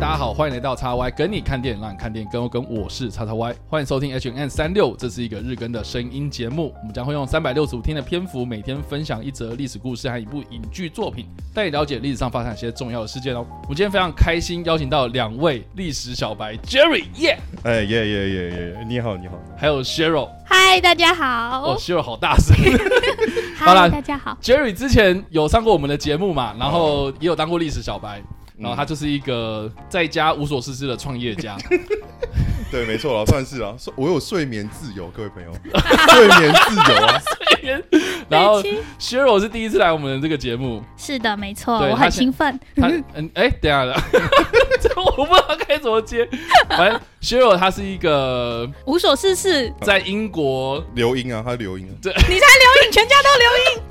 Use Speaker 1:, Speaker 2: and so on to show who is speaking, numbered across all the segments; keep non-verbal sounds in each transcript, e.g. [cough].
Speaker 1: 家好，欢迎来到叉 Y 跟你看电影，让你看电影更有梗。我是叉叉 Y，欢迎收听 H N 三六，这是一个日更的声音节目。我们将会用三百六十五天的篇幅，每天分享一则历史故事和一部影剧作品，带你了解历史上发生哪些重要的事件哦。我们今天非常开心，邀请到两位历史小白 Jerry 耶、
Speaker 2: 哎耶耶耶耶！你好，你好。
Speaker 1: 还有 Cheryl，
Speaker 3: 嗨，大家
Speaker 1: 哦
Speaker 3: 好。
Speaker 1: ，Cheryl 好大声。 [laughs]
Speaker 3: 嗨、
Speaker 1: 好啦
Speaker 3: 大家好。
Speaker 1: Jerry 之前有上过我们的节目嘛，然后也有当过历史小白，然后他就是一个在家无所事事的创业家。
Speaker 2: 对，没错啦，算是啊，我有睡眠自由，各位朋友， [laughs] 睡眠自由啊。
Speaker 1: 然后
Speaker 3: 北七
Speaker 1: Cheryl 是第一次来我们的这个节目，
Speaker 3: 是的，没错，
Speaker 1: 对
Speaker 3: 我
Speaker 1: 他
Speaker 3: 很
Speaker 1: 是
Speaker 3: 兴奋。
Speaker 1: 他嗯哎、等一下 [laughs] 了，这我不知道该怎么接。反正 Cheryl 他是一个
Speaker 3: 无所
Speaker 1: [laughs]
Speaker 3: 事事，
Speaker 1: 在英国
Speaker 2: 留音啊，他留音啊。
Speaker 3: 你才留影，全家都
Speaker 1: [laughs]
Speaker 3: 留影。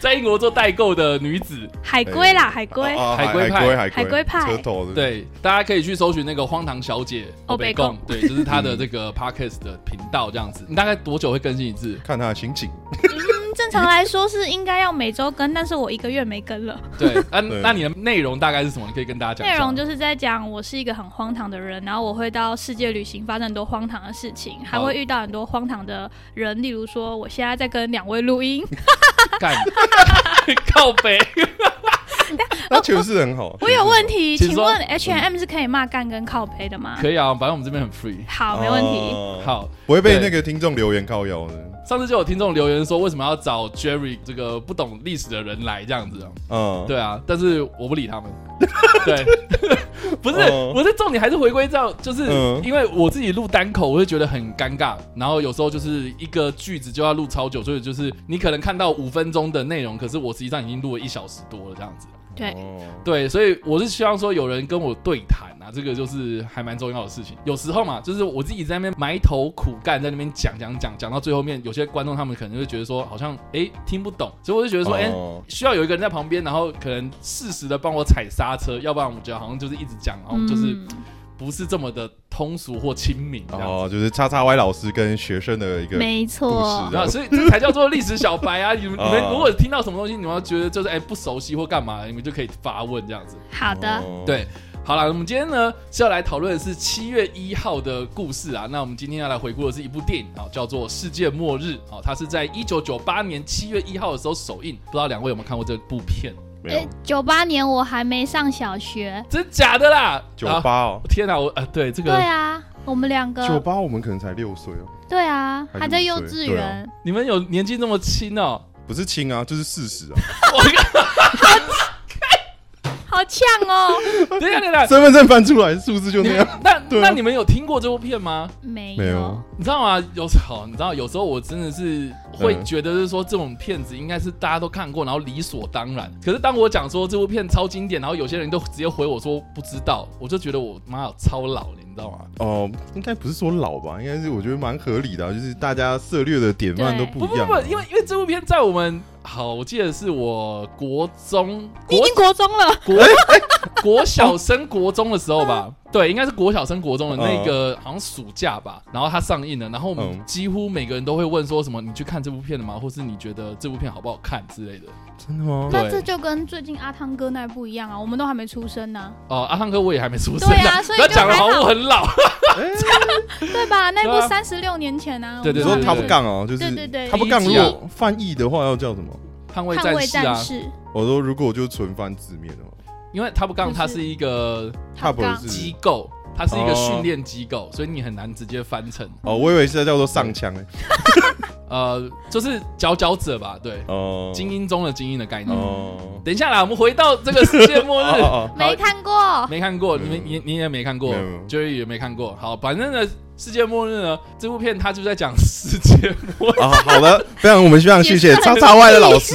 Speaker 1: 在英国做代购的女子，
Speaker 3: 海龟啦，海龟。
Speaker 2: 啊啊
Speaker 1: 海龟派
Speaker 2: 海龟，海
Speaker 3: 海龟派
Speaker 2: 车头的。
Speaker 1: 对，大家可以去搜寻那个“荒唐小姐
Speaker 3: 欧
Speaker 1: 北
Speaker 3: 北
Speaker 1: 贡”，对，就是她的这个 podcast 的频道这样子。你大概多久会更新一次？
Speaker 2: 看他的心情。
Speaker 3: 嗯正常来说是应该要每周更，但是我一个月没更了。
Speaker 1: 对，那、
Speaker 2: 对
Speaker 1: 那你的内容大概是什么？你可以跟大家 [laughs] 讲一
Speaker 3: 内
Speaker 1: 下吗。
Speaker 3: 容就是在讲我是一个很荒唐的人，然后我会到世界旅行，发生很多荒唐的事情，还
Speaker 1: 好
Speaker 3: 会遇到很多荒唐的人，例如说我现在在跟两位
Speaker 1: [laughs]
Speaker 3: 录音，
Speaker 1: 干靠北，
Speaker 2: 他诠释得很好。
Speaker 3: [laughs] 我有问题，
Speaker 1: [laughs] 请
Speaker 3: 请
Speaker 1: 说嗯
Speaker 3: 问 H M 是可以骂干跟靠背的吗？
Speaker 1: 可以啊，反正我们这边很 free。
Speaker 3: 好，没问题。
Speaker 2: 哦，
Speaker 1: 好，
Speaker 2: 不会被
Speaker 1: 对
Speaker 2: 那个听众留言靠腰的。
Speaker 1: 上次就有听众留言说，为什么要找 Jerry 这个不懂历史的人来这样子啊？
Speaker 2: 嗯，
Speaker 1: 对啊，但是我不理
Speaker 2: [laughs]
Speaker 1: 他们。对， [laughs] 不是，
Speaker 2: 哦
Speaker 1: 我是重点还是回归到，就是
Speaker 2: 嗯
Speaker 1: 因为我自己录单口，我会觉得很尴尬，然后有时候就是一个句子就要录超久，所以就是你可能看到五分钟的内容，可是我实际上已经录了一小时多了这样子。
Speaker 3: 对，
Speaker 2: 哦
Speaker 1: 对，所以我是希望说有人跟我对谈啊，这个就是还蛮重要的事情。有时候嘛，就是我自己在那边埋头苦干，在那边讲讲讲讲到最后面，有些观众他们可能会觉得说好像诶听不懂，所以我就觉得说哎诶
Speaker 2: 哦
Speaker 1: 需要有一个人在旁边，然后可能适时的帮我踩刹车，要不然我觉得好像就是一直讲，然后哦就是
Speaker 3: 嗯
Speaker 1: 不是这么的通俗或亲民这样子。
Speaker 2: 哦，就是叉叉 Y 老师跟学生的一个
Speaker 3: 没错
Speaker 2: 故事，
Speaker 1: 然后，啊所以这才叫做历史小白啊！你们你们
Speaker 2: 哦
Speaker 1: 如果听到什么东西，你们要觉得就是哎、不熟悉或干嘛，你们就可以发问这样子。
Speaker 3: 好的。
Speaker 2: 哦，
Speaker 1: 对，好了，我们今天呢是要来讨论的是七月一号的故事啊。那我们今天要来回顾的是一部电影啊，叫做《世界末日》啊，它是在一九九八年七月一号的时候首映。不知道两位有没有看过这部片？
Speaker 2: 没
Speaker 3: 呃
Speaker 2: 有，
Speaker 3: 九八年我还没上小学。
Speaker 1: 真假的啦？
Speaker 2: 酒
Speaker 1: 啊
Speaker 2: 吧哦，
Speaker 1: 天哪，我呃，对这
Speaker 3: 对
Speaker 1: 个，
Speaker 3: 啊，我们两
Speaker 2: 酒
Speaker 3: 个
Speaker 2: 吧我们可能才六岁哦，
Speaker 3: 对啊，
Speaker 2: 还
Speaker 3: 还在
Speaker 2: 是
Speaker 3: 幼
Speaker 2: 五岁
Speaker 3: 稚
Speaker 2: 对啊
Speaker 3: 园。
Speaker 1: 你们有年纪那么轻
Speaker 2: [laughs]
Speaker 1: 哦？
Speaker 2: 不是亲啊，就是事实啊。
Speaker 1: [laughs] 我
Speaker 3: 好呛
Speaker 1: [laughs]
Speaker 3: 哦！
Speaker 1: 等一下，等
Speaker 2: [laughs]
Speaker 1: 一下，
Speaker 2: 身份证翻出来，数字就
Speaker 1: 你
Speaker 2: 那
Speaker 1: 们
Speaker 2: 样。
Speaker 1: 那
Speaker 2: 对啊
Speaker 1: 那你们有听过这部片吗？
Speaker 3: 没
Speaker 2: 没有，
Speaker 1: 你知道吗？有时候你知道，有时候我真的是呃会
Speaker 2: 嗯
Speaker 1: 觉得，就是说这种片子应该是大家都看过，然后理所当然。可是当我讲说这部片超经典，然后有些人都直接回我说不知道，我就觉得我妈有超老了，你知道吗？
Speaker 2: 哦，应该不是说老吧，应该是我觉得蛮合理的啊、就是大家涉猎的典范都
Speaker 3: 对
Speaker 1: 不
Speaker 2: 不
Speaker 1: 不
Speaker 2: 一样啊
Speaker 1: 不，因为因为这部片在我们好，我记得是我国中
Speaker 3: [laughs] 你已
Speaker 1: 国
Speaker 3: 经国中了，
Speaker 1: 国国小升国中的时候吧，对，应该是国小升国中的那个好像暑假吧，然后它上映了，然后我们
Speaker 2: 嗯
Speaker 1: 几乎每个人都会问说什么你去看这部片了吗？或是你觉得这部片好不好看之类的。
Speaker 2: 真的
Speaker 3: [laughs]
Speaker 2: 吗？
Speaker 3: 那
Speaker 1: 对
Speaker 3: 这就跟最近阿汤哥那不一样啊，我们都还没出
Speaker 1: [laughs]
Speaker 3: 生呢，
Speaker 1: 哦，阿汤哥我也还没出生呢，[laughs]
Speaker 3: 对啊所以
Speaker 1: 不要
Speaker 3: 就
Speaker 1: 讲的
Speaker 3: 还
Speaker 1: 好像
Speaker 3: 好
Speaker 1: 我很老。
Speaker 3: 对吧？那
Speaker 1: 对啊
Speaker 3: 部三十六年前啊，
Speaker 1: 对
Speaker 2: 哎你
Speaker 1: 对
Speaker 2: 说
Speaker 3: 我们
Speaker 2: 他
Speaker 3: 还
Speaker 2: 不
Speaker 3: 没
Speaker 1: Top
Speaker 2: 杠哦，就是
Speaker 3: 对对对
Speaker 2: 他不杠，
Speaker 1: 第一
Speaker 2: 如
Speaker 1: 集啊
Speaker 2: 果翻译的话要叫什么？
Speaker 1: 捍卫
Speaker 3: 捍
Speaker 1: 战
Speaker 3: 卫
Speaker 1: 士
Speaker 3: 战
Speaker 1: 啊，
Speaker 3: 士，
Speaker 2: 我说如果我就纯翻字面的话，
Speaker 3: 嗯
Speaker 1: 因为 Top Gun
Speaker 3: 就是
Speaker 1: 它是一个
Speaker 2: 他不
Speaker 3: 杠
Speaker 2: 是
Speaker 1: 机构，它是一个
Speaker 2: 哦
Speaker 1: 训练机构，所以你很难直接翻成
Speaker 2: 哦，我以为是叫做上枪欸
Speaker 1: 呃，就是佼佼者吧，对，
Speaker 2: 哦，
Speaker 1: 精英中的精英的概念。
Speaker 2: 哦，
Speaker 1: 等一下啦，我们回到这个世界末日。
Speaker 2: [laughs] 哦
Speaker 3: 没看过，
Speaker 1: 没看过，你们
Speaker 2: 嗯
Speaker 1: 你你也没看过
Speaker 2: 没有没有
Speaker 1: ，Jerry 也没看过。好，反正呢，世界末日呢，这部片它就在讲世界末日。
Speaker 2: 哦，好的，非常我们非常谢谢
Speaker 3: 也是
Speaker 2: 叉
Speaker 3: 很
Speaker 2: 叉 Y 的老
Speaker 3: [laughs]
Speaker 2: 师，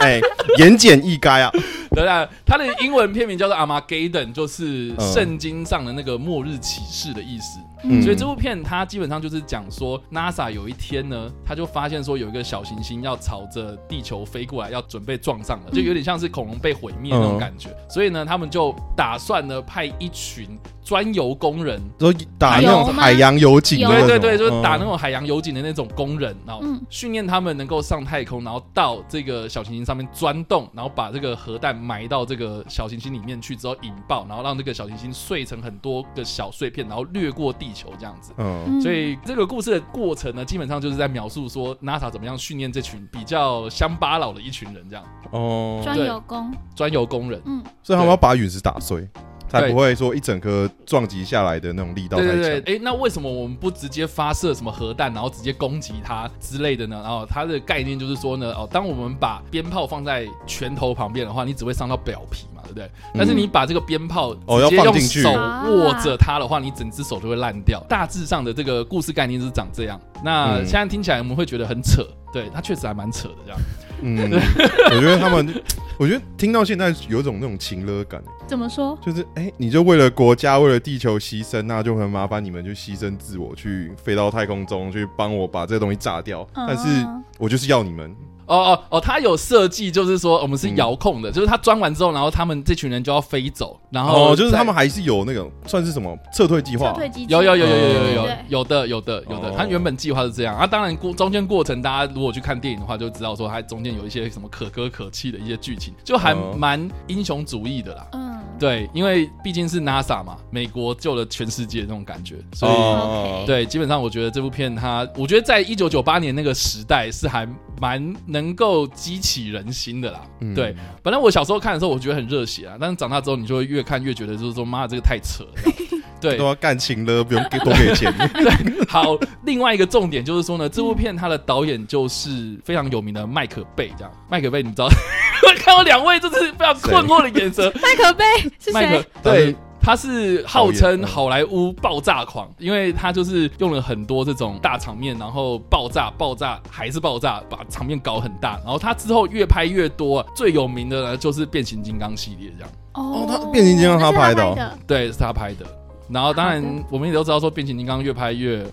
Speaker 2: 哎，言简意赅啊，
Speaker 1: 对啦，它的英文片名叫做《Armageddon》，就是圣经上的那个末日启示的意思。
Speaker 2: 嗯
Speaker 1: 所以这部片它基本上就是讲说，NASA 有一天呢，他就发现说有一个小行星要朝着地球飞过来，要准备撞上了，就有点像是恐龙被毁灭那种感觉。所以呢，他们就打算呢派一群专游工人，
Speaker 2: 都打那
Speaker 3: 有
Speaker 2: 种
Speaker 3: 吗
Speaker 2: 海洋油井的
Speaker 3: 有
Speaker 2: 那
Speaker 1: 对
Speaker 2: 种，
Speaker 1: 对对，就是打
Speaker 2: 嗯
Speaker 1: 那种海洋油井的那种工人，然后
Speaker 3: 嗯
Speaker 1: 训练他们能够上太空，然后到这个小行星上面钻洞，然后把这个核弹埋到这个小行星里面去之后引爆，然后让这个小行星碎成很多个小碎片，然后掠过地球这样子。
Speaker 2: 嗯，
Speaker 3: 嗯
Speaker 1: 所以这个故事的过程呢，基本上就是在描述说 NASA 怎么样训练这群比较乡巴佬的一群人，这样
Speaker 2: 哦，
Speaker 3: 专
Speaker 1: 对
Speaker 3: 有功，
Speaker 1: 专有工人。
Speaker 3: 嗯，
Speaker 2: 所以他们要把陨石打碎，才
Speaker 1: 对
Speaker 2: 不会说一整颗撞击下来的那种力道太
Speaker 1: 对
Speaker 2: 强。
Speaker 1: 对对，哎，那为什么我们不直接发射什么核弹，然后直接攻击它之类的呢？然后它的概念就是说呢，哦，当我们把鞭炮放在拳头旁边的话，你只会伤到表皮嘛，对不对？但是你把这个鞭炮
Speaker 2: 哦
Speaker 1: 直接
Speaker 2: 要
Speaker 1: 用
Speaker 2: 放进去
Speaker 1: 手握着它的话，你整只手就会烂掉。大致上的这个故事概念就是长这样。那
Speaker 2: 嗯
Speaker 1: 现在听起来我们会觉得很扯，对，它确实还蛮扯的这样。
Speaker 2: 嗯， [laughs] 我觉得他们，我觉得听到现在有一种那种情勒感，欸
Speaker 3: 怎么说？
Speaker 2: 就是哎、诶你就为了国家，为了地球牺牲，那就很麻烦你们去牺牲自我，去飞到太空中去帮我把这个东西炸掉。但是
Speaker 3: 嗯
Speaker 2: 我就是要你们，
Speaker 1: 哦哦哦，它有设计，就是说我们
Speaker 2: 嗯
Speaker 1: 是遥控的，就是它钻完之后，然后他们这群人就要飞走，然后
Speaker 2: 哦，就是
Speaker 1: 再
Speaker 2: 他们还是有那种算是什么撤退计
Speaker 3: 撤
Speaker 2: 划，
Speaker 3: 退机制
Speaker 1: 有有有有有有
Speaker 3: 对
Speaker 1: 有
Speaker 3: 对
Speaker 1: 有的有的有的，
Speaker 2: 嗯哦
Speaker 1: 他原本计划是这样啊。当然过中间过程，大家如果去看电影的话，就知道说它哎中间有一些什么可歌可泣的一些剧情，就还
Speaker 2: 哦
Speaker 1: 蛮英雄主义的啦。
Speaker 3: 嗯，
Speaker 1: 对，因为毕竟是 NASA 嘛，美国救了全世界那种感觉，所以、
Speaker 2: 哦
Speaker 3: OK
Speaker 1: 对，基本上我觉得这部片它，我觉得在一九九八年那个时代是还蛮能够激起人心的啦。
Speaker 2: 嗯
Speaker 1: 对，本来我小时候看的时候，我觉得很热血啊，但是长大之后，你就会越看越觉得就是说，妈，这个太扯了。 [laughs] 对
Speaker 2: 都，要干情勒，不用给多给
Speaker 3: [laughs]
Speaker 2: 钱。
Speaker 1: 好，另外一个重点就是说呢，这部片它的导演就是非常有名的麦克贝，这样。麦克贝，你知道？ [laughs] 我看到两位就是非常困惑的眼神。
Speaker 3: 麦克贝是
Speaker 1: 麦
Speaker 3: 谁
Speaker 1: 克？对。他是号
Speaker 2: 导演
Speaker 1: 称
Speaker 2: 嗯
Speaker 1: 好莱坞爆炸狂，因为他就是用了很多这种大场面，然后爆炸、爆炸还是爆炸，把场面搞很大。然后他之后越拍越多，最有名的呢就是变形金刚系列这样。
Speaker 3: 哦
Speaker 2: 他变形金刚他拍的哦
Speaker 3: 的，
Speaker 1: 对，是他拍的。然后当然
Speaker 3: 好的
Speaker 1: 我们也都知道说变形金刚越拍越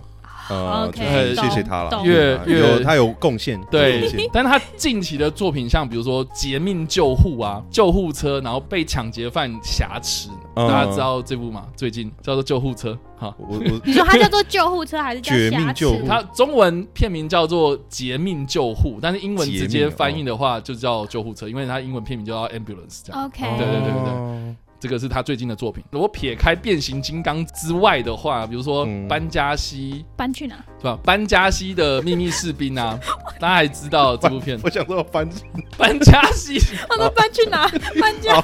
Speaker 2: 呃，就
Speaker 3: OK，
Speaker 2: 是
Speaker 3: 懂
Speaker 2: 谢谢他了，
Speaker 3: 懂
Speaker 2: 谢谢他
Speaker 1: 越
Speaker 2: 有
Speaker 1: 越
Speaker 2: 他有贡献，有贡
Speaker 1: 对
Speaker 2: 献，
Speaker 1: 但是他近期的作品，像比如说《劫命救护》啊，《救护车》，然后被抢劫犯挟持，
Speaker 2: 嗯
Speaker 1: 大家知道这部吗？最近叫做《救护车》哈，
Speaker 2: 我我
Speaker 3: [laughs]
Speaker 2: [laughs]
Speaker 3: 你说它叫做救护车还是叫
Speaker 2: 绝命
Speaker 3: 瑕疵
Speaker 2: 救护
Speaker 1: 它中文片名叫做《劫命救护》，但是英文直
Speaker 2: 劫
Speaker 1: 接
Speaker 2: 命哦
Speaker 1: 翻译的话就叫救护车，因为它英文片名就叫 ambulance 这样。
Speaker 3: ？OK，
Speaker 1: 哦对对对对
Speaker 2: 对，
Speaker 1: 这个是他最近的作品。如果撇开变形金刚之外的话，比如说
Speaker 2: 嗯。
Speaker 1: 班加西。
Speaker 3: 搬去
Speaker 1: [laughs]
Speaker 3: 哪？
Speaker 1: 是吧？班加西的秘密士兵啊，大家还知道这部片
Speaker 2: 我想说搬
Speaker 1: [laughs] 班加
Speaker 2: [laughs]
Speaker 1: 西
Speaker 3: 我们搬去哪？搬家？
Speaker 2: 啊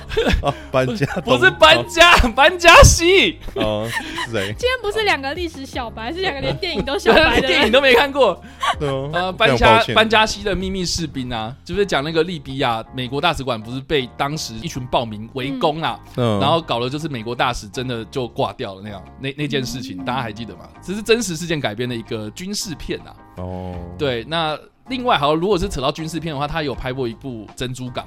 Speaker 2: 搬家，
Speaker 1: 不是搬家，班加
Speaker 2: [laughs]
Speaker 1: 西。
Speaker 2: 啊，是谁？
Speaker 3: 今天不是两个历史小白，是两个连电影都小白
Speaker 1: [laughs]
Speaker 3: 的
Speaker 1: 电影
Speaker 3: 人。
Speaker 1: 都没看过。
Speaker 2: 对哦 [laughs]
Speaker 1: 呃，
Speaker 2: 非
Speaker 1: 班
Speaker 2: 常
Speaker 1: 加
Speaker 2: 抱歉
Speaker 1: 班加西的秘密士兵啊，就是讲那个利比亚美国大使馆不是被当时一群暴民围攻啊，
Speaker 2: 嗯
Speaker 1: 然后搞了就是美国大使真的就挂掉了那样那那件事
Speaker 2: 嗯
Speaker 1: 情，大家还记得吗？这是真实事件改编的一个军事片啊。
Speaker 2: 哦，
Speaker 1: 对，那另外好，如果是扯到军事片的话，他有拍过一部《珍珠港》，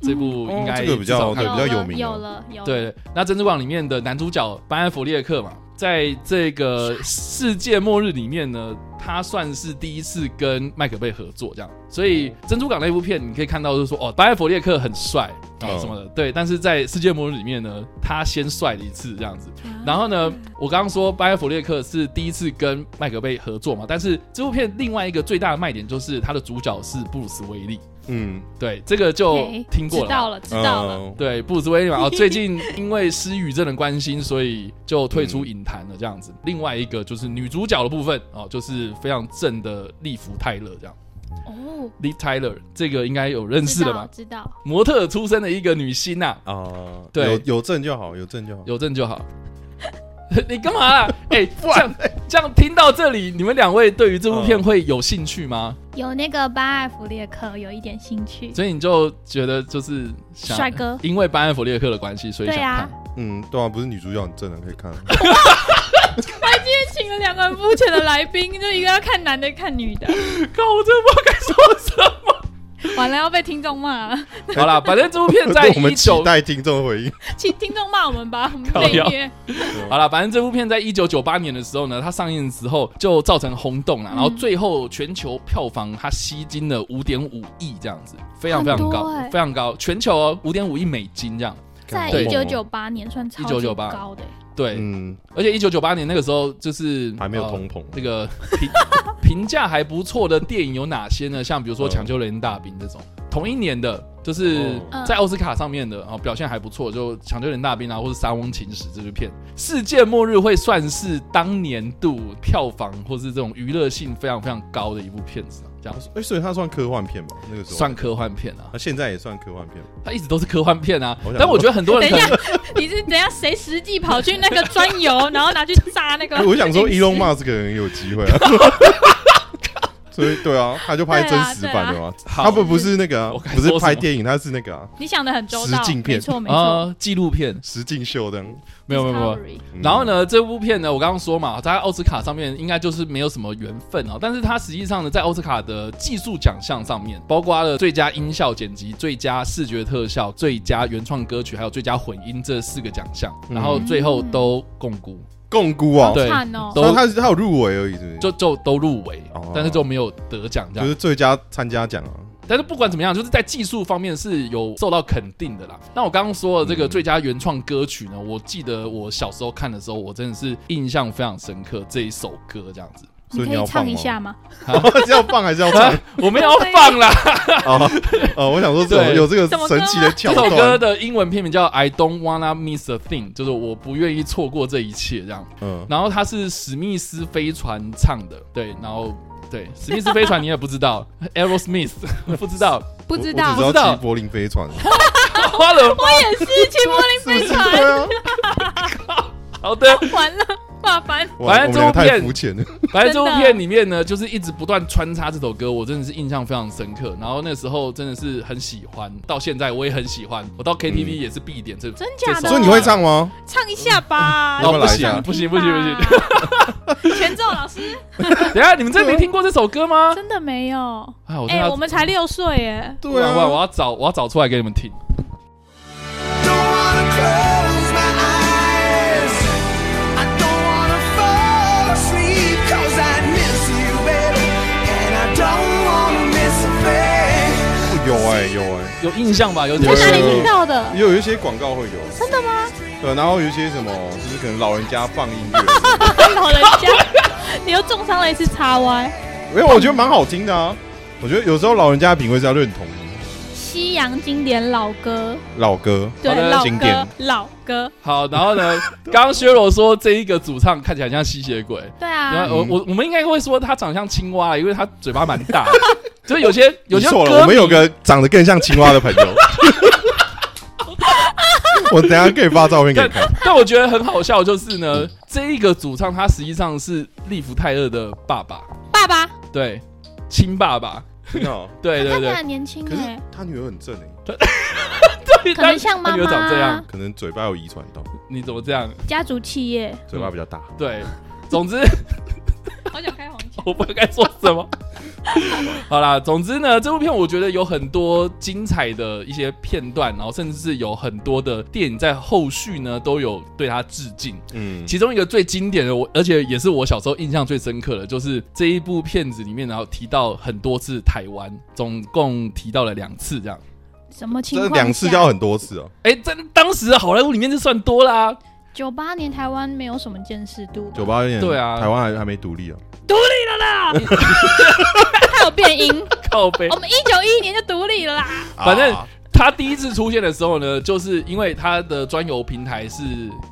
Speaker 1: 这部应
Speaker 2: 哦
Speaker 1: 该
Speaker 2: 这个比较
Speaker 1: 至少看
Speaker 2: 对
Speaker 1: 过
Speaker 2: 比较有
Speaker 3: 有
Speaker 2: 名啊
Speaker 3: 有了有了。
Speaker 1: 对，那《珍珠港》里面的男主角班恩弗列克嘛，在这个世界末日里面呢，他算是第一次跟麦可贝合作这样，所
Speaker 3: 哦
Speaker 1: 以《珍珠港》那部片你可以看到，就是说哦，班恩弗列克很帅啊
Speaker 3: 哦
Speaker 2: 嗯
Speaker 1: 什么的，对，但是在世界末日里面呢，他先帅了一次这样子。
Speaker 3: 啊，
Speaker 1: 然后呢，我刚刚说班恩弗列克是第一次跟麦可贝合作嘛，但是这部片另外一个最大的卖点就是他的主角是布鲁斯威利，
Speaker 2: 嗯，
Speaker 1: 对，这个就
Speaker 3: 嘿
Speaker 1: 听过
Speaker 3: 知
Speaker 1: 了嘛。
Speaker 3: 道了，知道了。
Speaker 2: 嗯，
Speaker 1: 对，布鲁斯威利嘛，
Speaker 3: [laughs]
Speaker 1: 哦，最近因为失语症的关心，所以就退
Speaker 3: 嗯
Speaker 1: 出影坛了这样子。另外一个就是女主角的部分哦，就是非常正的利弗泰勒这样。
Speaker 2: 嗯
Speaker 3: 哦，
Speaker 1: 利泰勒这个应该有认识的吧？
Speaker 3: 知道？知
Speaker 1: 模特出身的一个女星呐、
Speaker 2: 啊，
Speaker 1: 对
Speaker 2: 有有证就好，有证就好。
Speaker 1: 有证就
Speaker 3: [laughs]
Speaker 1: 好。你干嘛、啊？哎、这样这样听到这里，你们两位对于这部片会有兴趣吗？
Speaker 3: [laughs] 道有那个巴艾弗列克有一点兴趣，
Speaker 1: 所以你就觉得就是想
Speaker 3: 帅，哥。
Speaker 1: 因为班恩弗列克的关系，所以
Speaker 3: 对
Speaker 1: 想看
Speaker 3: 啊。，
Speaker 2: 嗯，对啊，不是女主角很正的，可以看。
Speaker 3: 今天 [laughs] 请了两个很肤浅的来宾，就一个要看男的，一个看女的，
Speaker 1: [laughs] 靠，我真的不知道该说什么。
Speaker 3: 完了要被听众骂 [laughs] 了，
Speaker 1: 好啦，反正这部
Speaker 2: [laughs]
Speaker 1: 片在
Speaker 2: 我们
Speaker 1: 一
Speaker 2: 期
Speaker 1: 九
Speaker 2: 待听众的回应。
Speaker 3: 请听众骂我们吧，我们
Speaker 1: 靠
Speaker 3: 被
Speaker 1: 腰
Speaker 3: 虐。
Speaker 1: 好啦，反正这部片在一九九八年的时候呢，它上映的时候就造成轰动了，
Speaker 3: 嗯
Speaker 1: 然后最后全球票房它吸金了五点五亿这样子，非常非常
Speaker 3: 嗯很
Speaker 1: 高，哦
Speaker 3: 多欸
Speaker 1: 非常高，全球五点五亿美金这样。
Speaker 3: 在
Speaker 1: 对
Speaker 3: 一九九八年算超
Speaker 1: 1998
Speaker 3: 级高的欸，
Speaker 1: 对，
Speaker 2: 嗯，
Speaker 1: 而且一九九八年那个时候就是
Speaker 2: 还没有
Speaker 1: 呃
Speaker 2: 通膨，
Speaker 1: 那个评评价还不错的电影有哪些呢？像比如说《抢救雷恩大兵》这种，同一年的，就是
Speaker 2: 嗯哦
Speaker 3: 嗯
Speaker 1: 在奥斯卡上面的，哦，表现还不错，就《抢救雷恩大兵》啊，或是《沙翁情史》这部片，《世界末日》会算是当年度票房或是这种娱乐性非常非常高的一部片子啊，这样
Speaker 2: 哎、所以它算科幻片吧？那个时候
Speaker 1: 算，科幻片啊，
Speaker 2: 它现在也算科幻片吧。
Speaker 1: 它一直都是科幻片啊
Speaker 2: 哦我，想
Speaker 1: 但我觉得很多
Speaker 3: 等
Speaker 1: 人
Speaker 3: 一
Speaker 1: 可 [laughs] 能
Speaker 3: 下，你是等一下谁实际跑去那个砖油，然后拿去炸那个
Speaker 2: 哎？我想
Speaker 3: [laughs]
Speaker 2: 说
Speaker 3: 陨石
Speaker 2: ，Elon Musk 可能有机会
Speaker 1: [laughs]
Speaker 2: 啊。 [laughs] 所以对啊，他就拍真实版的嘛。
Speaker 1: 好
Speaker 2: 他不不是那个、啊
Speaker 1: 我刚，才
Speaker 2: 不
Speaker 1: 说
Speaker 2: 是
Speaker 1: 什么
Speaker 2: 拍电影，他是那个啊，
Speaker 3: 你想的很周到，
Speaker 2: 实景片
Speaker 3: 没错没错。
Speaker 1: 啊纪录片
Speaker 2: 实境秀这样。
Speaker 1: 没有没有没有。
Speaker 3: Discovery
Speaker 2: 嗯
Speaker 1: [laughs] 然后？呢，这部片呢，我刚刚说嘛，它在奥斯卡上面应该就是没有什么缘分哦。但是它实际上呢，在奥斯卡的技术奖项上面，包括了最佳音效剪辑、最佳视觉特效、最佳原创歌曲，还有最佳混音这四个奖项，
Speaker 2: 嗯
Speaker 1: 然后最后都共估，
Speaker 2: 共估啊，
Speaker 1: 对
Speaker 3: 好惨哦，
Speaker 1: 都
Speaker 2: 那他他有入围而已，是不是？
Speaker 1: 就就都入围
Speaker 2: 哦，
Speaker 1: 但是就没有得奖这样。
Speaker 2: 就是最佳参加奖啊。
Speaker 1: 但是不管怎么样，就是在技术方面是有受到肯定的啦。那我刚刚说的这个
Speaker 2: 嗯
Speaker 1: 最佳原创歌曲呢，我记得我小时候看的时候，我真的是印象非常深刻这一首歌这样子。
Speaker 2: 所以
Speaker 3: 可
Speaker 2: 你要
Speaker 3: 以
Speaker 2: 放
Speaker 3: 唱
Speaker 1: 哦
Speaker 2: 吗
Speaker 3: 一下吗？
Speaker 2: [laughs] 是要放
Speaker 1: [laughs]
Speaker 2: 还是要唱
Speaker 1: 啊？我们要放
Speaker 3: [laughs]
Speaker 1: 啦，
Speaker 2: 啊哦，我想说，怎么
Speaker 1: 对
Speaker 2: 有这个
Speaker 3: 怎么
Speaker 2: 神奇的
Speaker 1: 这
Speaker 2: 桥
Speaker 1: 首歌
Speaker 2: 段？
Speaker 1: 的英文片名叫《I Don't Wanna Miss a Thing》，就是我不愿意错过这一切这样。
Speaker 3: [laughs]
Speaker 2: 嗯，
Speaker 1: 然后它是史密斯飞船唱的，对，然后对史密斯飞船你也不知道 [laughs]
Speaker 3: [laughs]
Speaker 1: ，Aerosmith 不知道，
Speaker 3: 不知
Speaker 2: 我我，
Speaker 3: 道
Speaker 1: 不
Speaker 2: 只
Speaker 1: 知
Speaker 2: 知道
Speaker 1: 道
Speaker 2: 骑柏林飞船。
Speaker 1: 花了
Speaker 3: 我也是去柏林
Speaker 1: [laughs]
Speaker 2: 对
Speaker 3: 飞船，
Speaker 2: 啊，
Speaker 1: 好
Speaker 3: [laughs]
Speaker 1: 的。
Speaker 3: 完了，麻烦。
Speaker 2: 哇
Speaker 1: 反正
Speaker 2: 我们
Speaker 1: 这
Speaker 2: 俩
Speaker 1: 部
Speaker 2: 太
Speaker 1: 片
Speaker 2: 肤浅了。
Speaker 1: 反正这部
Speaker 3: 真的
Speaker 1: 片里面呢，就是一直不断穿插这首歌，我真的是印象非常深刻。然后那时候真的是很喜欢，到现在我也很喜欢，我到 KTV
Speaker 2: 嗯
Speaker 1: 也是必点这。
Speaker 3: 真假
Speaker 1: 这首
Speaker 3: 的？哦
Speaker 2: 所以你会唱吗？
Speaker 3: 唱一下吧？
Speaker 2: 要
Speaker 1: 哦，
Speaker 2: 不要
Speaker 1: 不
Speaker 2: 来一
Speaker 1: 行
Speaker 2: 下
Speaker 1: 不行不行不行！
Speaker 3: 行！前奏老师
Speaker 1: [laughs] 等一下，你们真的没听过这首歌吗？
Speaker 3: 真的没有。
Speaker 1: 哎，我真
Speaker 3: 哎、
Speaker 1: 的要
Speaker 3: 我们才六岁哎，
Speaker 1: 不
Speaker 2: 啊
Speaker 1: 然不然我要找我要找出来给你们听。
Speaker 4: Don't wanna close my eyes. I don't wanna fall asleep 'cause I miss you, baby, and I don't wanna miss a thing.
Speaker 2: 有哎有哎。
Speaker 1: 有印象吧？有
Speaker 2: 有
Speaker 3: 在哪里
Speaker 2: 有
Speaker 3: 听到的？
Speaker 2: 也有一些广告会有，
Speaker 3: 真的吗？
Speaker 2: 对，然后有一些什么，就是可能老人家放音乐，
Speaker 3: [laughs] 老人家，你又重伤了一次叉 Y。
Speaker 2: 没有，我觉得蛮好听的啊。我觉得有时候老人家的品味是要认同的
Speaker 3: 西洋经典老歌，
Speaker 2: 老歌，
Speaker 3: 对，
Speaker 1: 好的
Speaker 3: 老
Speaker 2: 经
Speaker 3: 歌
Speaker 2: 典，
Speaker 3: 老歌，
Speaker 1: 好，然后呢，刚刚薛柔说这一个主唱看起来像吸血鬼，
Speaker 3: 对
Speaker 1: 然
Speaker 3: 啊，
Speaker 1: 后我
Speaker 2: 嗯
Speaker 1: 我我们应该会说他长得像青蛙，因为他嘴巴蛮大的，就是有些有
Speaker 2: 你
Speaker 1: 些
Speaker 2: 错
Speaker 1: 歌
Speaker 2: 了，我们
Speaker 1: 迷
Speaker 2: 有个长得更像青蛙的朋友， [laughs] 我等一下可以发照片给你看。
Speaker 1: 但我觉得很好笑，就是呢，这一个主唱他实际上是利弗泰勒的爸爸，
Speaker 3: 爸爸，
Speaker 1: 对，亲爸爸，
Speaker 2: 真的哦，
Speaker 1: 对
Speaker 3: 他
Speaker 1: 对
Speaker 3: 看起
Speaker 1: 对
Speaker 3: 来，很年轻
Speaker 2: 可是
Speaker 3: 哎，
Speaker 2: 他女儿很正哎，
Speaker 1: [laughs] 对
Speaker 3: 可能像妈
Speaker 1: 他女儿
Speaker 3: 妈
Speaker 1: 长这样
Speaker 3: 啊，，
Speaker 2: 可能嘴巴有遗传到，
Speaker 1: 你怎么这样？
Speaker 3: 家族企业，
Speaker 2: 嘴巴比较大。
Speaker 1: 对，总之
Speaker 3: 好想开黄腔。
Speaker 1: 我不知道该说什么。好啦，总之呢，这部片我觉得有很多精彩的一些片段，然后甚至是有很多的电影在后续呢都有对它致敬。
Speaker 2: 嗯，
Speaker 1: 其中一个最经典的，我而且也是我小时候印象最深刻的，就是这一部片子里面，然后提到很多次台湾，总共提到了两次这样。
Speaker 3: 什么情
Speaker 2: 这
Speaker 3: 况？
Speaker 2: 两次要很多次哦。
Speaker 1: 哎、在当时的好莱坞里面就算多啦、
Speaker 3: 九八年台湾没有什么见识度，
Speaker 2: 九八年，
Speaker 1: 对啊
Speaker 2: 台湾还还没独立啊。
Speaker 3: 它有变音。
Speaker 1: 靠背
Speaker 3: 我。们一九一一年就独立了啦，
Speaker 1: 反正
Speaker 2: 啊
Speaker 1: 他第一次出现的时候呢，就是因为他的专有平台是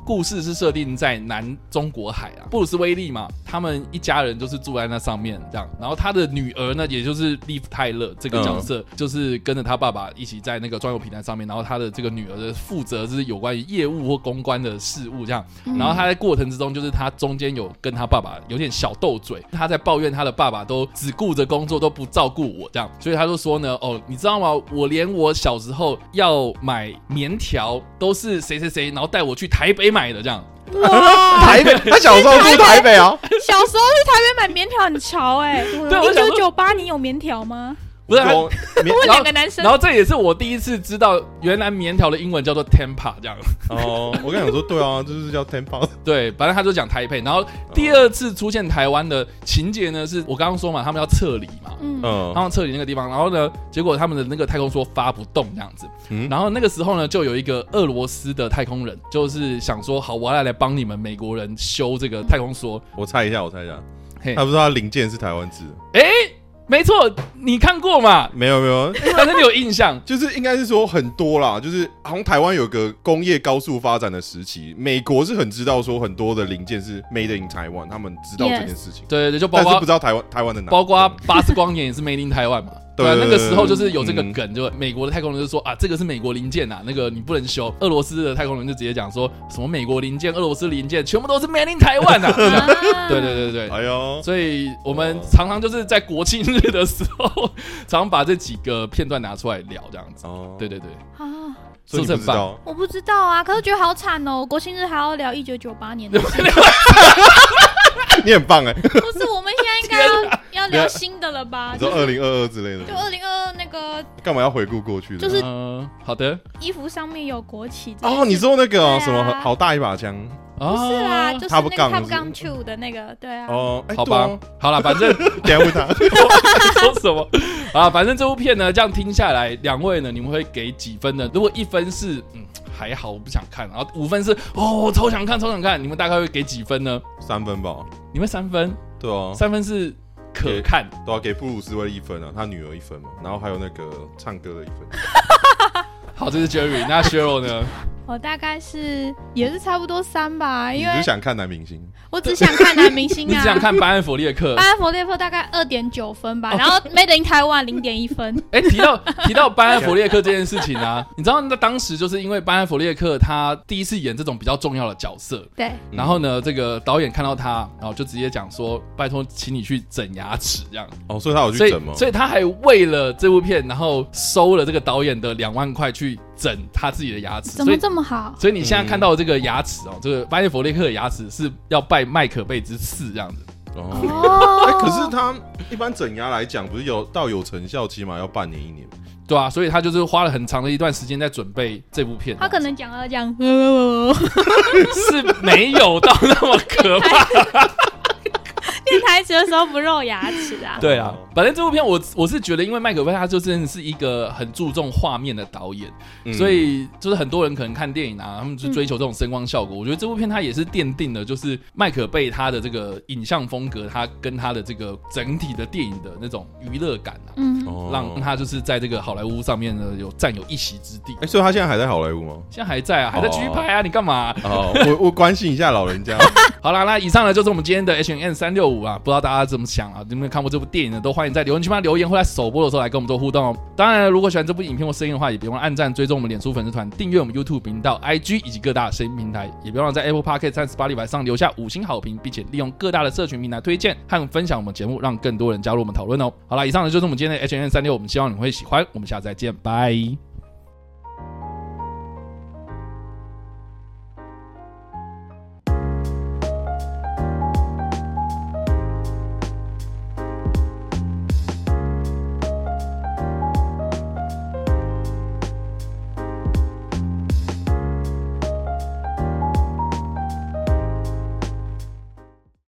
Speaker 1: 故事是设定在南中国海啊，布鲁斯威利嘛，他们一家人就是住在那上面这样。然后他的女儿呢，也就是利夫泰勒这个角色，就是跟着他爸爸一起在那个专有平台上面。然后他的这个女儿的负责就是有关于业务或公关的事务这样。
Speaker 3: 嗯
Speaker 1: 然后他在过程之中，就是他中间有跟他爸爸有点小斗嘴，他在抱怨他的爸爸都只顾着工作，都不照顾我这样，所以他就说呢，哦，你知道吗？我连我小时候要买棉条都是谁谁谁，然后带我去台北买的这样。
Speaker 3: 哇！
Speaker 2: 台北，他小时候住台北啊。
Speaker 3: 小时候去台北买棉条很潮哎、
Speaker 1: 对
Speaker 3: 欸，
Speaker 1: 我
Speaker 3: 一
Speaker 1: 想
Speaker 3: 九
Speaker 1: 说
Speaker 3: 九八你有棉条吗？
Speaker 1: 不是他
Speaker 2: 我
Speaker 1: 棉然
Speaker 3: 问两
Speaker 1: 后
Speaker 3: 个男生
Speaker 1: 然，后这也是我第一次知道，原来棉条的英文叫做 tempa 这样。
Speaker 2: 哦，我跟你讲说，对啊，就是叫 tempo，
Speaker 1: 对，反正他就讲台配。然后第二次出现台湾的情节呢，是我刚刚说嘛，他们要撤离嘛，
Speaker 3: 嗯，
Speaker 2: 嗯
Speaker 1: 他们撤离那个地方，然后呢，结果他们的那个太空梭发不动这样子。
Speaker 2: 嗯
Speaker 1: 然后那个时候呢，就有一个俄罗斯的太空人，就是想说，好，我要来帮你们美国人修这个太空梭。
Speaker 2: 我猜一下，我猜一下，
Speaker 1: 嘿
Speaker 2: 他，不是他零件是台湾制的，
Speaker 1: 没错，你看过嘛？
Speaker 2: 没有没有，
Speaker 1: 反正你有印象。
Speaker 2: 就是应该是说很多啦，就是好像台湾有个工业高速发展的时期，美国是很知道说很多的零件是 made in 台湾，他们知道
Speaker 3: Yes
Speaker 2: 这件事情
Speaker 1: 对对对，就包
Speaker 2: 但是
Speaker 1: 括
Speaker 2: 不知道台湾台湾的哪，
Speaker 1: 包括巴斯光年也是 Made in 台湾
Speaker 2: [laughs]
Speaker 1: 嘛。
Speaker 2: 对
Speaker 1: 对啊，
Speaker 2: 对
Speaker 1: 那
Speaker 2: 对
Speaker 1: 个时候就是有这个
Speaker 2: 嗯
Speaker 1: 梗，就美国的太空人就说啊，这个是美国零件呐、啊，那个你不能修。俄罗斯的太空人就直接讲说什么美国零件、俄罗斯零件，全部都是 Made in 台湾
Speaker 2: [laughs]
Speaker 1: 呐、啊。
Speaker 3: 啊
Speaker 1: 对对对对。
Speaker 2: 哎呦，
Speaker 1: 所以我们常常就是在国庆日的时候，常把这几个片段拿出来聊，这样子。
Speaker 2: 哦
Speaker 1: 对，对对， [laughs]
Speaker 3: 啊，
Speaker 2: 所以你
Speaker 1: 是不是
Speaker 2: 不
Speaker 1: 很
Speaker 2: 知
Speaker 1: 棒
Speaker 2: 道，
Speaker 3: 我不知道啊，可是觉得好惨哦，国庆日还要聊一九九八年的事，
Speaker 2: [laughs] 你很棒哎，
Speaker 3: 不是我们现在应该
Speaker 2: [laughs]
Speaker 3: 要要聊新的了吧？
Speaker 2: 你
Speaker 3: 啊就
Speaker 2: 说
Speaker 3: 是
Speaker 2: 二零二二之类
Speaker 3: 就
Speaker 2: 的，
Speaker 3: 二零二二那个
Speaker 2: 干嘛要回顾过去的？
Speaker 3: 就是
Speaker 1: 嗯，好的。
Speaker 3: 衣服上面有国旗这件
Speaker 2: 哦，你
Speaker 3: 事
Speaker 2: 说那个哦
Speaker 3: 对啊
Speaker 2: 什么好大一把枪
Speaker 1: 不
Speaker 3: 不是啊，就是
Speaker 2: 他
Speaker 3: 那
Speaker 2: 不
Speaker 3: 个
Speaker 2: 杠
Speaker 3: 他
Speaker 2: 是
Speaker 3: 不
Speaker 2: 不是
Speaker 3: 杠 two 的那个，对啊，
Speaker 2: 哦，哎
Speaker 1: 好吧，
Speaker 2: 对啊
Speaker 1: 好了，反正
Speaker 2: 等一下问他， [laughs]
Speaker 1: [laughs] 说什么啊？反正这部片呢，这样听下来，两位呢，你们会给几分呢？如果一分是嗯还好，我不想看，然后五分是哦我超想看，超想看，你们大概会给几分呢？
Speaker 2: 三分吧，
Speaker 1: 你们三分，
Speaker 2: 对啊，
Speaker 1: 三分是可看，
Speaker 2: 对啊，给布鲁斯威利一分啊，他女儿一分嘛，然后还有那个唱歌的一分，
Speaker 1: 好，这是 Jerry，那 Cheryl 呢？ [laughs]
Speaker 3: 我大概是也是差不多三吧，
Speaker 2: 你
Speaker 3: 因
Speaker 2: 是
Speaker 3: 为
Speaker 2: 想看男明星？
Speaker 3: 我只想看男明
Speaker 2: [laughs]
Speaker 3: 星
Speaker 1: 你
Speaker 3: 啊。
Speaker 1: 只想看班恩弗列克
Speaker 3: 巴。恩佛列克大概二点九分吧，
Speaker 2: [laughs]
Speaker 3: 然后 Made in Taiwan 零点一分，
Speaker 1: 哎、提到提到班恩弗列克这件事情啊， [laughs] 你知道那当时就是因为班恩弗列克他第一次演这种比较重要的角色，
Speaker 3: 对，
Speaker 2: 嗯
Speaker 1: 然后呢，这个导演看到他，然后就直接讲说，拜托，请你去整牙齿这样。
Speaker 2: 哦，所以他有
Speaker 1: 所
Speaker 2: 去
Speaker 1: 以
Speaker 2: 整吗？
Speaker 1: 所以他还为了这部片，然后收了这个导演的两万块去整他自己的牙齿。
Speaker 3: 怎
Speaker 1: 所
Speaker 3: 么
Speaker 1: 以，
Speaker 3: 这么好？
Speaker 1: 所以你现在看到的这个牙齿哦，这个巴耶佛雷克的牙齿是要拜麦可贝之赐这样子。
Speaker 2: 哦，
Speaker 3: 哦
Speaker 2: 哎、，可是他一般整牙来讲，不是有到有成效，起码要半年一年。
Speaker 1: 对啊，所以他就是花了很长的一段时间在准备这部片。
Speaker 3: 他可能讲了讲，呃 [laughs] 念
Speaker 1: 是没有到那么可怕。
Speaker 3: [laughs] 台词的时候不露牙齿啊。
Speaker 1: 对啊，反正这部片我我是觉得，因为麦可贝他就真的是一个很注重画面的导演，
Speaker 2: 嗯
Speaker 1: 所以就是很多人可能看电影啊，他们就追求这种声光效
Speaker 2: 嗯
Speaker 1: 果。我觉得这部片它也是奠定了，就是麦可贝他的这个影像风格，他跟他的这个整体的电影的那种娱乐感啊，
Speaker 3: 嗯，
Speaker 2: 哦
Speaker 1: 让
Speaker 2: 哎、
Speaker 1: 他就是在这个好莱坞上面呢有占有一席之地。
Speaker 2: 所以他现在还在好莱坞吗？
Speaker 1: 现在还在啊，还在继续拍啊，你干嘛啊、
Speaker 2: 哦，我我 [laughs] 关心一下老人家。
Speaker 1: 好啦，那以上呢就是我们今天的 H N 三六五啊，不知道大家怎么想啊？有没有看过这部电影呢？都欢迎在留言区帮留言，或在首播的时候来跟我们做互动哦。当然了，如果喜欢这部影片或声音的话，也别忘了按赞、追踪我们脸书粉丝团、订阅我们 YouTube 频道、IG 以及各大声音平台，也别忘了在 Apple Podcast 和 Spotify 上留下五星好评，并且利用各大的社群平台推荐和分享我们节目，让更多人加入我们讨论哦。好啦，以上呢就是我们今天的 H N 三六，我们希望你会喜欢，我们下次再见，拜。